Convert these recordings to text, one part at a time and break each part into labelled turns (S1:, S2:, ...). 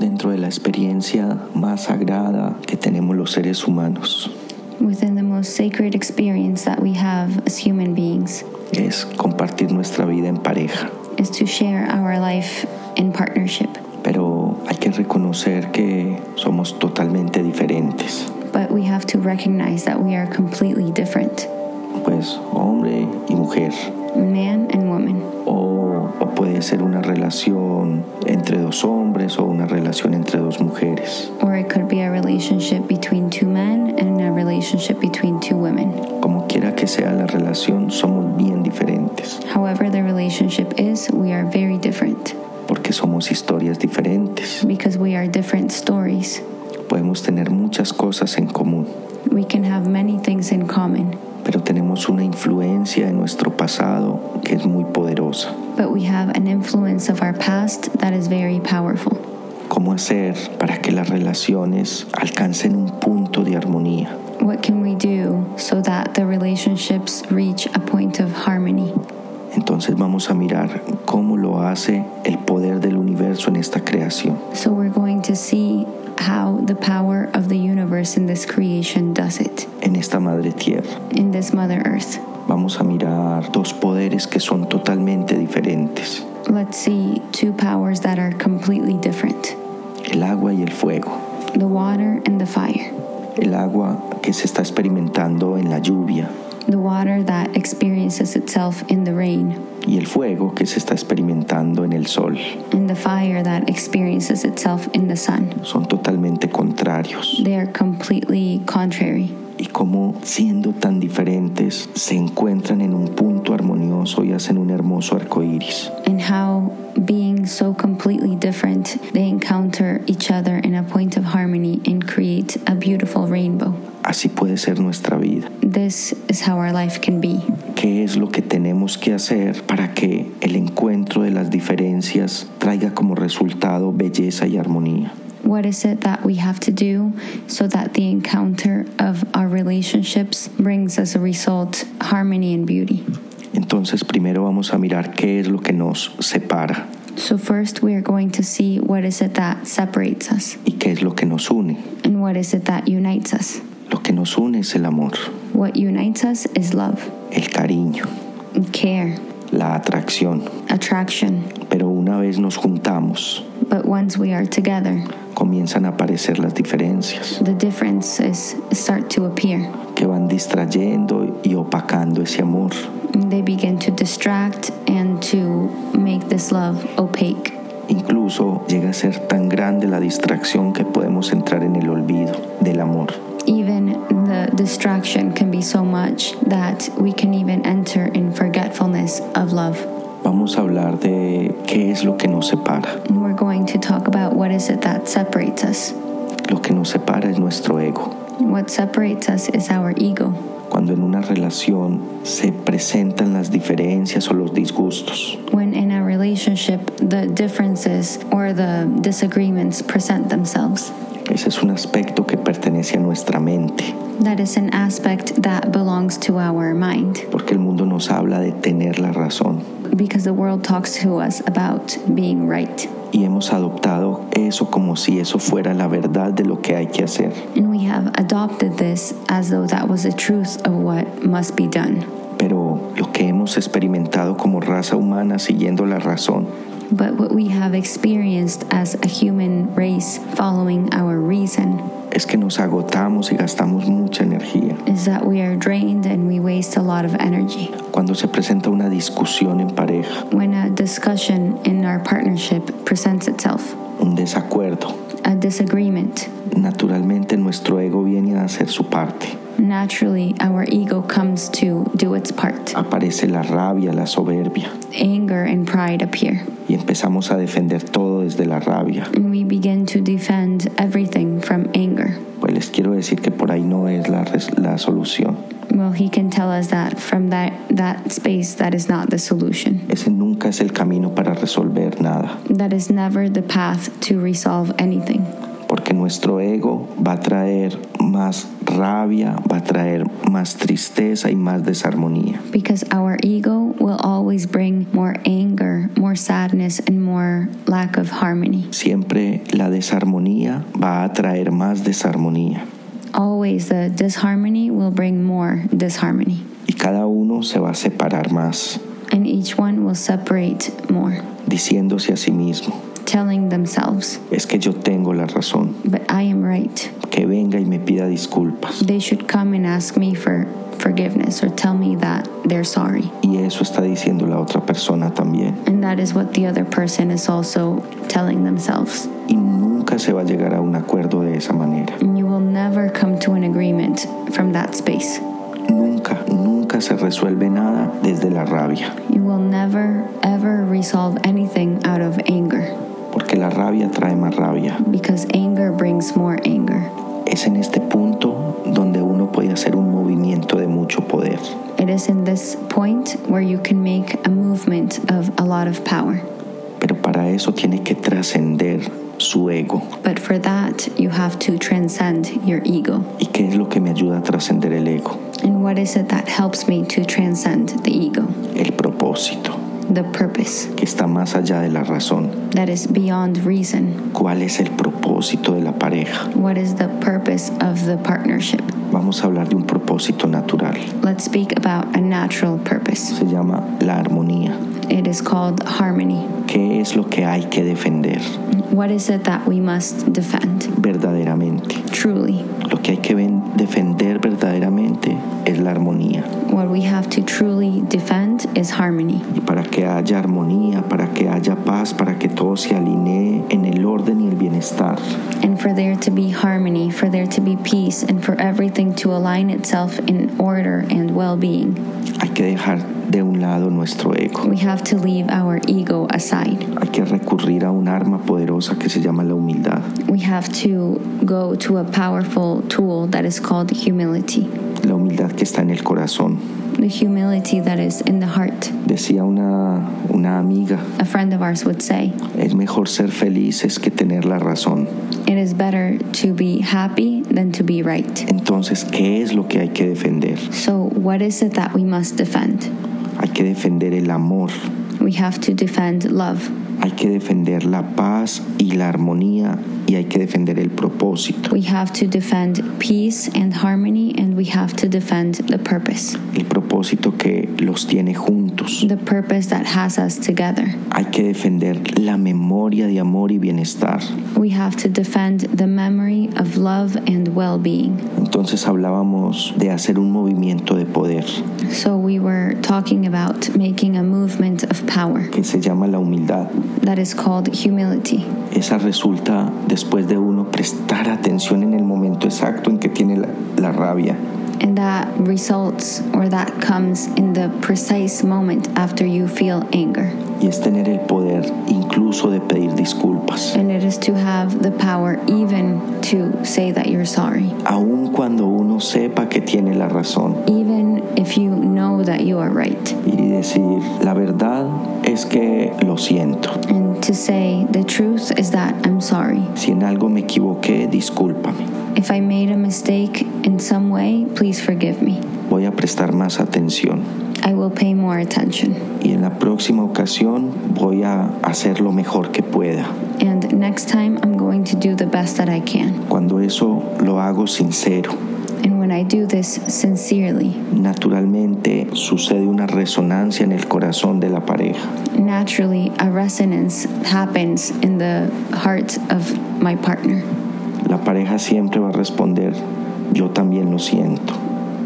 S1: dentro de la experiencia más sagrada que tenemos los seres humanos.
S2: within the most sacred experience that we have as human beings
S1: Es compartir nuestra vida en pareja.
S2: is to share our life in partnership.
S1: Pero hay que reconocer que somos totalmente diferentes.
S2: But we have to recognize that we are completely different,
S1: Pues hombre y mujer.
S2: man and woman.
S1: O, o puede ser una relación entre dos hombres o una relación entre dos mujeres.
S2: Or it could be a relationship between two men and a relationship between two women.
S1: Como quiera que sea la relación, somos bien diferentes.
S2: However, the relationship is, we are very different
S1: Porque somos historias diferentes.
S2: because we are different stories.
S1: Podemos tener muchas cosas en común.
S2: We can have many things in common,
S1: pero tenemos una influencia de nuestro pasado que es muy poderosa.
S2: but we have an influence of our past that is very powerful.
S1: ¿Cómo hacer para que las relaciones alcancen un punto de armonía?
S2: What can we do so that the relationships reach a point of harmony?
S1: Entonces vamos a mirar cómo lo hace el poder del universo en esta creación.
S2: So, we're going to see how the power of the universe in this creation does it
S1: En esta madre tierra
S2: in this Mother Earth.
S1: vamos a mirar dos poderes que son totalmente diferentes,
S2: Let's see two powers that are completely different
S1: el agua y el fuego.
S2: the water and the fire.
S1: El agua que se está experimentando en la lluvia
S2: The water that experiences itself in the rain,
S1: y el fuego que se está experimentando en el sol.
S2: and the fire that experiences itself in the sun.
S1: Son totalmente contrarios.
S2: They are completely contrary.
S1: y cómo siendo tan diferentes se encuentran en un punto armonioso y hacen un hermoso arco iris.
S2: and how being so completely different, they encounter each other in a point of harmony and create a beautiful rainbow.
S1: Así puede ser nuestra vida.
S2: This is how our life can be.
S1: ¿Qué es lo que tenemos que hacer para que el encuentro de las diferencias traiga como resultado belleza y armonía?
S2: What is it that we have to do so that the encounter of our relationships brings as a result harmony and beauty?
S1: Entonces primero vamos a mirar qué es lo que nos separa
S2: So, first, we are going to see what is it that separates us
S1: y qué es lo que nos une.
S2: and what is it that unites us.
S1: Lo que nos une es el amor,
S2: What unites us is love,
S1: el cariño,
S2: care,
S1: la atracción.
S2: attraction.
S1: Pero una vez nos juntamos,
S2: But once we are together,
S1: comienzan a aparecer las diferencias.
S2: the differences start to appear.
S1: que van distrayendo y opacando ese amor.
S2: They begin to distract and to make this love opaque.
S1: Incluso llega a ser tan grande la distracción que podemos entrar en el olvido del amor.
S2: Even the distraction can be so much that we can even enter in forgetfulness of love.
S1: Vamos a hablar de qué es lo que nos separa.
S2: And we're going to talk about what is it that separates us.
S1: Lo que nos separa es nuestro ego.
S2: What separates us is our ego.
S1: Cuando en una relación se presentan las diferencias o los disgustos,
S2: When in a relationship, the differences or the disagreements present themselves.
S1: ese es un aspecto que pertenece a nuestra mente,
S2: That is an aspect that belongs to our mind.
S1: porque el mundo nos habla de tener la razón
S2: because the world talks to us about being right.
S1: y hemos adoptado eso como si eso fuera la verdad de lo que hay que hacer.
S2: And we have adopted this as though that was the truth of what must be done.
S1: Pero lo que hemos experimentado como raza humana siguiendo la razón
S2: But what we have experienced as a human race following our reason
S1: es que nos agotamos y gastamos mucha energía.
S2: is that we are drained and we waste a lot of energy.
S1: Cuando se presenta una discusión en pareja,
S2: When a discussion in our partnership presents itself,
S1: un desacuerdo,
S2: a disagreement,
S1: naturalmente nuestro ego viene a hacer su parte.
S2: naturally our ego comes to do its part.
S1: Aparece la rabia, la soberbia
S2: Anger and pride appear.
S1: y empezamos a defender todo desde la rabia.
S2: And we begin to defend everything from anger.
S1: Pues les quiero decir que por ahí no es la, res- la solución.
S2: Well, he can tell us that from that, that space, that is not the solution.
S1: Ese nunca es el camino para resolver nada,
S2: That is never the path to resolve anything
S1: porque nuestro ego va a traer más rabia va a traer más tristeza y más desarmonía.
S2: because our ego will always bring more anger, more sadness, and more lack of harmony.
S1: Siempre la desarmonía va a traer más desarmonía
S2: Always the disharmony will bring more disharmony,
S1: y cada uno se va a separar más,
S2: and each one will separate more,
S1: diciéndose a sí mismo,
S2: telling themselves,
S1: es que yo tengo la razón,
S2: But I am right.
S1: que venga y me pida disculpas.
S2: They should come and ask me for forgiveness or tell me that they're sorry.
S1: Y eso está diciendo la otra persona también.
S2: And that is what the other person is also telling themselves.
S1: Y nunca se va a llegar a un acuerdo de esa manera.
S2: And you will never come to an agreement from that space.
S1: Nunca, nunca se resuelve nada desde la rabia,
S2: You will never, ever resolve anything out of anger
S1: porque la rabia trae más rabia.
S2: because anger brings more anger.
S1: Es en este punto donde uno puede hacer un movimiento de mucho poder.
S2: It is in this point where you can make a movement of a lot of power.
S1: Pero para eso tiene que trascender su ego.
S2: But for that, you have to transcend your ego.
S1: ¿Y qué es lo que me ayuda a trascender el ego?
S2: And what is it that helps me to transcend the ego?
S1: El propósito,
S2: The purpose
S1: que está más allá de la razón.
S2: that is beyond reason.
S1: ¿Cuál es el propósito de la pareja?
S2: What is the purpose of the partnership?
S1: Vamos a hablar de un propósito natural.
S2: Let's speak about a natural purpose.
S1: Se llama la armonía.
S2: It is called harmony.
S1: ¿Qué es lo que hay que defender
S2: What is it that we must defend?
S1: verdaderamente?
S2: Truly,
S1: Lo que hay que ven- defender verdaderamente es la armonía.
S2: what we have to truly defend is harmony.
S1: Y para que haya armonía, para que haya paz, para que todo se alinee en el orden y el bienestar,
S2: And for there to be harmony, for there to be peace, and for everything to align itself in order and well being,
S1: hay que dejar de un lado nuestro ego.
S2: we have to leave our ego aside.
S1: Hay que recurrir a un arma poderosa que se llama la humildad.
S2: We have to go to a powerful tool that is called humility,
S1: La humildad que está en el corazón.
S2: the humility that is in the heart.
S1: Decía una, una amiga,
S2: A friend of ours would say,
S1: es mejor ser felices que tener la razón.
S2: It is better to be happy than to be right.
S1: Entonces, ¿qué es lo que hay que defender?
S2: So, what is it that we must defend?
S1: Hay que defender el amor,
S2: We have to defend love.
S1: hay que defender la paz y la armonía y hay que defender el propósito.
S2: We have to defend peace and harmony, and we have to defend the purpose.
S1: El propósito que los tiene juntos.
S2: The purpose that has us together.
S1: Hay que defender la memoria de amor y bienestar.
S2: We have to defend the memory of love and well being.
S1: Entonces hablábamos de hacer un movimiento de poder
S2: So, we were talking about making a movement of power
S1: que se llama la humildad.
S2: that is called humility.
S1: Esa resulta después de uno prestar atención en el momento exacto en que tiene la, la rabia.
S2: And that results or that comes in the precise moment after you feel anger.
S1: Y es tener el poder incluso de pedir disculpas.
S2: And it is to have the power even to say that you're sorry.
S1: Aun cuando uno sepa que tiene la razón.
S2: Even if you know that you are right.
S1: Ir y decir, la verdad es que lo siento.
S2: And to say the truth is that I'm sorry.
S1: Si en algo me equivoqué, discúlpame.
S2: If I made a mistake in some way, please forgive me.
S1: Voy a prestar más atención.
S2: I will pay more attention.
S1: Y en la próxima ocasión voy a hacer lo mejor que pueda.
S2: And next time, I'm going to do the best that I can.
S1: Cuando eso lo hago sincero,
S2: And when I do this sincerely,
S1: naturalmente sucede una resonancia en el corazón de la pareja.
S2: naturally a resonance happens in the heart of my partner.
S1: La pareja siempre va a responder, yo también lo siento.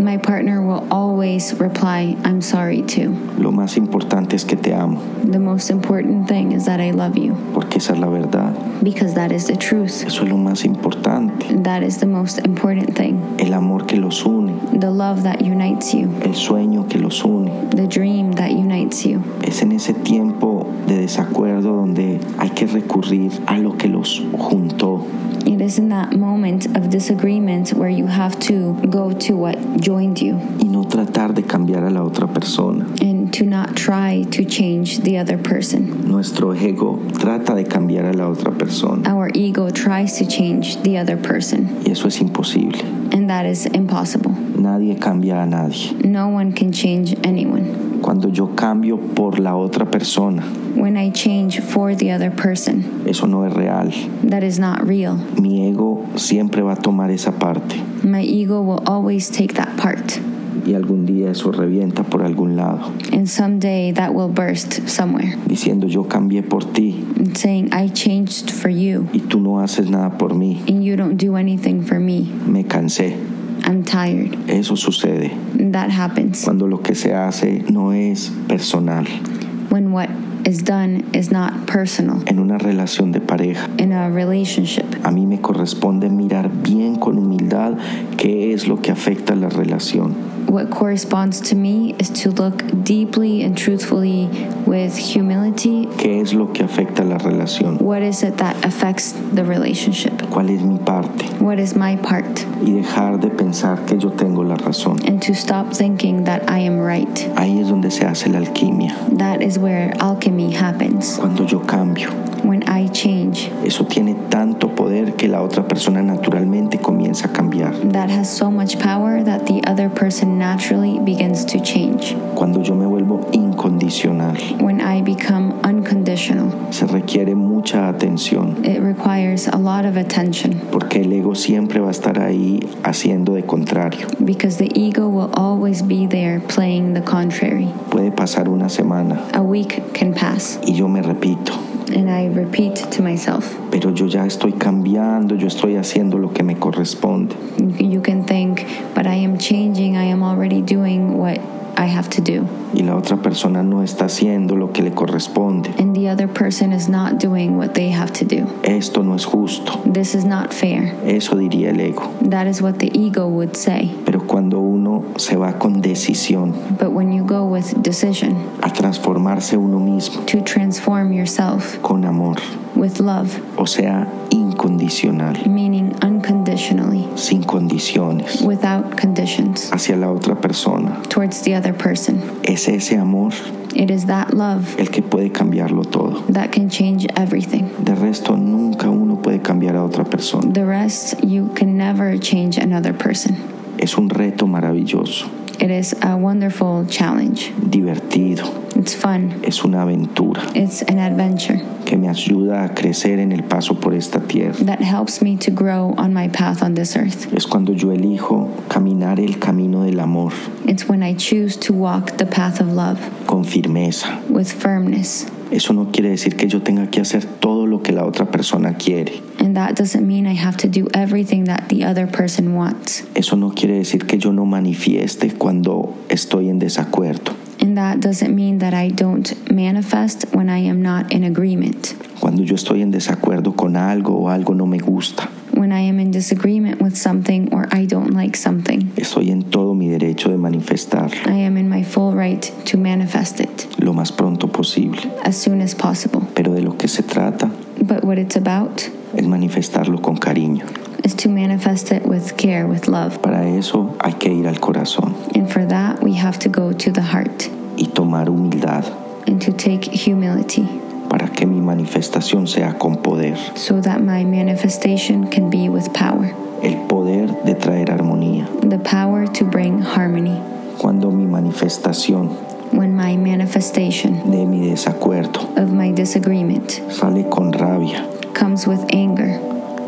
S2: My partner will always reply, I'm sorry too.
S1: Lo más importante es que te amo,
S2: The most important thing is that I love you
S1: porque esa es la verdad.
S2: because that is the truth.
S1: Eso es lo más importante.
S2: That is the most important thing.
S1: El amor que los une,
S2: The love that unites you,
S1: el sueño que los une.
S2: the dream that unites you.
S1: Es en ese tiempo de desacuerdo donde hay que recurrir a lo que los juntó,
S2: It is in that moment of disagreement where you have to go to what joined you
S1: y no tratar de cambiar a la otra persona.
S2: and to not try to change the other person.
S1: Nuestro ego trata de cambiar a la otra persona
S2: Our ego tries to change the other person.
S1: y eso es imposible.
S2: and that is impossible.
S1: Nadie cambia a nadie.
S2: No one can change anyone.
S1: Cuando yo cambio por la otra persona,
S2: When I change for the other person,
S1: eso no es real.
S2: that is not real.
S1: Mi ego siempre va a tomar esa parte
S2: My ego will always take that part,
S1: y algún día eso revienta por algún lado,
S2: and someday that will burst somewhere.
S1: diciendo yo cambié por ti
S2: And saying, I changed for you,
S1: y tú no haces nada por mí.
S2: and you don't do anything for me.
S1: Me cansé.
S2: I'm tired.
S1: Eso sucede
S2: And that happens
S1: cuando lo que se hace no es personal.
S2: when what is done is not personal
S1: En una relación de pareja,
S2: in a relationship.
S1: a mí me corresponde mirar bien con humildad qué es lo que afecta la relación.
S2: What corresponds to me is to look deeply and truthfully with humility
S1: ¿Qué es lo que afecta la relación?
S2: what is it that affects the relationship?
S1: ¿Cuál es mi parte?
S2: What is my part?
S1: Y dejar de pensar que yo tengo la razón.
S2: And to stop thinking that I am right.
S1: Ahí es donde se hace la alquimia.
S2: That is where alchemy happens.
S1: Cuando yo cambio,
S2: When I change,
S1: eso tiene tanto poder que la otra persona naturalmente comienza a cambiar.
S2: that has so much power that the other person naturally begins to change.
S1: Cuando yo me vuelvo incondicional,
S2: When I become unconditional,
S1: se requiere mucha atención.
S2: it requires a lot of attention
S1: porque el ego siempre va a estar ahí haciendo de contrario.
S2: because the ego will always be there playing the contrary.
S1: Puede pasar una semana
S2: A week can pass,
S1: y yo me repito,
S2: and I repeat to myself,
S1: pero yo ya estoy cambiando, yo estoy haciendo lo que me corresponde.
S2: You can think, but I am changing, I am already doing what I have to do.
S1: Y la otra persona no está haciendo lo que le corresponde.
S2: And the other person is not doing what they have to do.
S1: Esto no es justo.
S2: This is not fair.
S1: Eso diría el ego.
S2: That is what the ego would say.
S1: Pero cuando uno se va con decisión
S2: But when you go with decision
S1: a transformarse uno mismo
S2: to transform yourself
S1: con amor,
S2: with love,
S1: o sea, incondicional,
S2: meaning unconditionally,
S1: sin condiciones,
S2: without conditions,
S1: hacia la otra persona,
S2: towards the other person,
S1: es ese amor
S2: it is that love
S1: el que puede cambiarlo todo.
S2: that can change everything.
S1: De resto, nunca uno puede cambiar a otra persona.
S2: The rest, you can never change another person.
S1: Es un reto maravilloso,
S2: It is a wonderful challenge.
S1: divertido,
S2: It's fun.
S1: es una aventura
S2: It's an adventure
S1: que me ayuda a crecer en el paso por esta tierra.
S2: that helps me to grow on my path on this earth.
S1: Es cuando yo elijo caminar el camino del amor
S2: It's when I choose to walk the path of love
S1: con firmeza.
S2: with firmness.
S1: Eso no quiere decir que yo tenga que hacer todo lo que la otra persona quiere.
S2: And that doesn't mean I have to do everything that the other person wants.
S1: Eso no quiere decir que yo no manifieste cuando estoy en desacuerdo.
S2: And that doesn't mean that I don't manifest when I am not in agreement.
S1: Cuando yo estoy en desacuerdo con algo o algo no me gusta.
S2: When I am in disagreement with something or I don't like something,
S1: Estoy en todo mi derecho de manifestarlo.
S2: I am in my full right to manifest it
S1: lo más pronto posible.
S2: as soon as possible.
S1: Pero de lo que se trata
S2: But what it's about
S1: es manifestarlo con cariño.
S2: is to manifest it with care, with love.
S1: Para eso hay que ir al corazón
S2: And for that, we have to go to the heart
S1: y tomar humildad
S2: and to take humility
S1: para que mi manifestación sea con poder.
S2: so that my manifestation can be with power
S1: El poder de traer armonía.
S2: the power to bring harmony.
S1: Cuando mi manifestación
S2: When my manifestation
S1: de mi desacuerdo
S2: of my disagreement
S1: sale con rabia,
S2: comes with anger,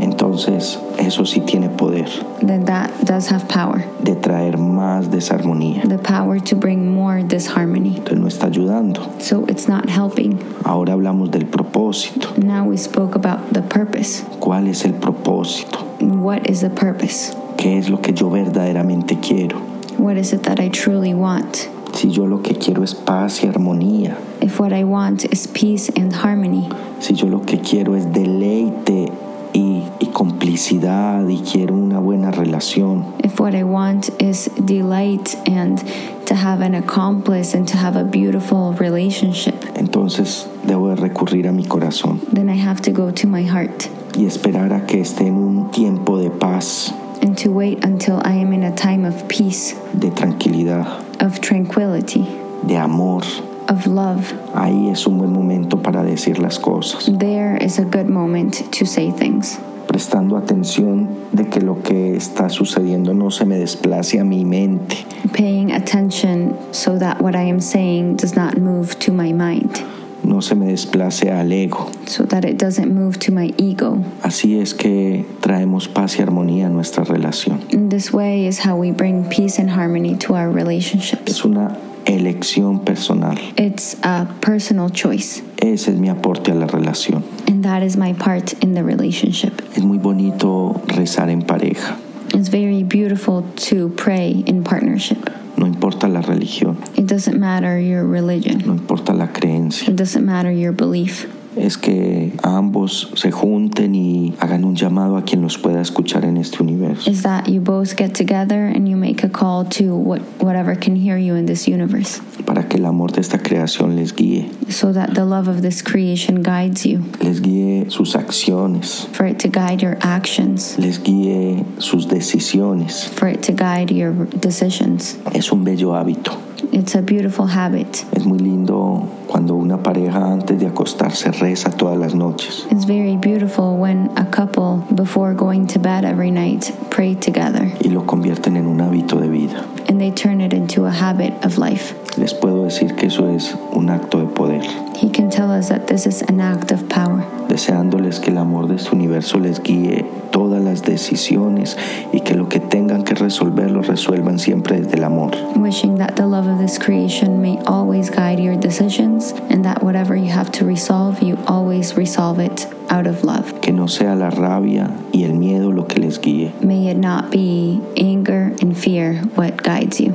S1: entonces eso sí tiene poder
S2: then that does have power
S1: de traer más desarmonía.
S2: the power to bring more disharmony.
S1: Entonces no está ayudando.
S2: So it's not helping.
S1: Ahora hablamos del propósito.
S2: Now we spoke about the purpose.
S1: ¿Cuál es el propósito?
S2: What is the purpose?
S1: ¿Qué es lo que yo verdaderamente quiero?
S2: What is it that I truly want?
S1: Si yo lo que quiero es paz y armonía,
S2: If what I want is peace and harmony,
S1: si yo lo que quiero es deleite y, y complicidad y quiero una buena relación,
S2: if what I want is delight and to have an accomplice and to have a beautiful relationship,
S1: entonces debo de recurrir a mi corazón
S2: then I have to go to my heart
S1: y esperar a que esté en un tiempo de paz,
S2: and to wait until I am in a time of peace,
S1: de tranquilidad,
S2: of tranquility,
S1: de amor.
S2: of love.
S1: Ahí es un buen momento para decir las cosas,
S2: There is a good moment to say things,
S1: prestando atención de que lo que está sucediendo no se me desplace a mi mente.
S2: paying attention so that what I am saying does not move to my mind,
S1: no se me desplace al ego.
S2: so that it doesn't move to my ego.
S1: Así es que traemos paz y armonía a nuestra relación.
S2: In this way is how we bring peace and harmony to our relationships.
S1: Es una elección personal.
S2: It's a personal choice,
S1: Ese es mi aporte a la relación.
S2: and that is my part in the relationship.
S1: Es muy bonito rezar en pareja,
S2: It's very beautiful to pray in partnership.
S1: no importa la religión,
S2: It doesn't matter your religion,
S1: no importa la creencia.
S2: it doesn't matter your belief.
S1: Es que ambos se junten y hagan un llamado a quien los pueda escuchar en este universo.
S2: Is that you both get together and you make a call to what, whatever can hear you in this universe,
S1: para que el amor de esta creación les guíe,
S2: so that the love of this creation guides you.
S1: les guíe sus acciones,
S2: for it to guide your actions,
S1: les guíe sus decisiones.
S2: for it to guide your decisions.
S1: Es un bello hábito.
S2: It's a beautiful habit.
S1: Es muy lindo cuando una pareja antes de acostarse reza todas las noches.
S2: It's very beautiful when a couple, before going to bed every night, pray together
S1: y lo convierten en un hábito de vida.
S2: and they turn it into a habit of life.
S1: Les puedo decir que eso es un acto de poder,
S2: He can tell us that this is an act of power,
S1: deseándoles que el amor de este universo les guíe todas las decisiones y que lo que tengan que resolver lo resuelvan siempre desde el amor.
S2: wishing that the love of this creation may always guide your decisions and that whatever you have to resolve, you always resolve it out of love.
S1: Que no sea la rabia y el miedo lo que les guíe,
S2: May it not be anger and fear what guides you.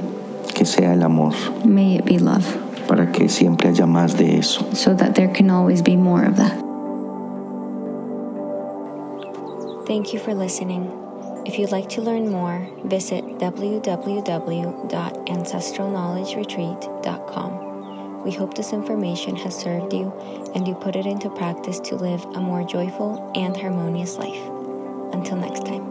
S1: que sea el amor,
S2: May it be love.
S1: para que siempre haya más de eso.
S2: so that there can always be more of that.
S3: Thank you for listening. If you'd like to learn more, visit www.ancestralknowledgeretreat.com. We hope this information has served you and you put it into practice to live a more joyful and harmonious life. Until next time.